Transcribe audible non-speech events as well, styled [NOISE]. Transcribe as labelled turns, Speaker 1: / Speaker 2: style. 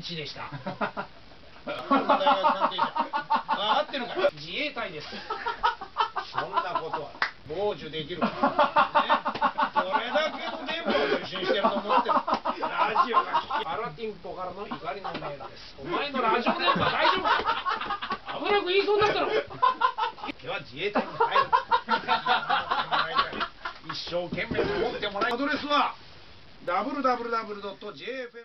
Speaker 1: 知でした [LAUGHS] そんな大学関係者分かってる [LAUGHS] から自衛隊ですそんなことは傍受できるからねそれだけのメンバーを受信してると思ってるラジオが聞きパラティンポからの怒りのメールですお前のラジオ電話大丈夫か危なく言いそうになったろ今は自衛隊に入る [LAUGHS] 一生懸命守ってもらいアドレスは www.jfm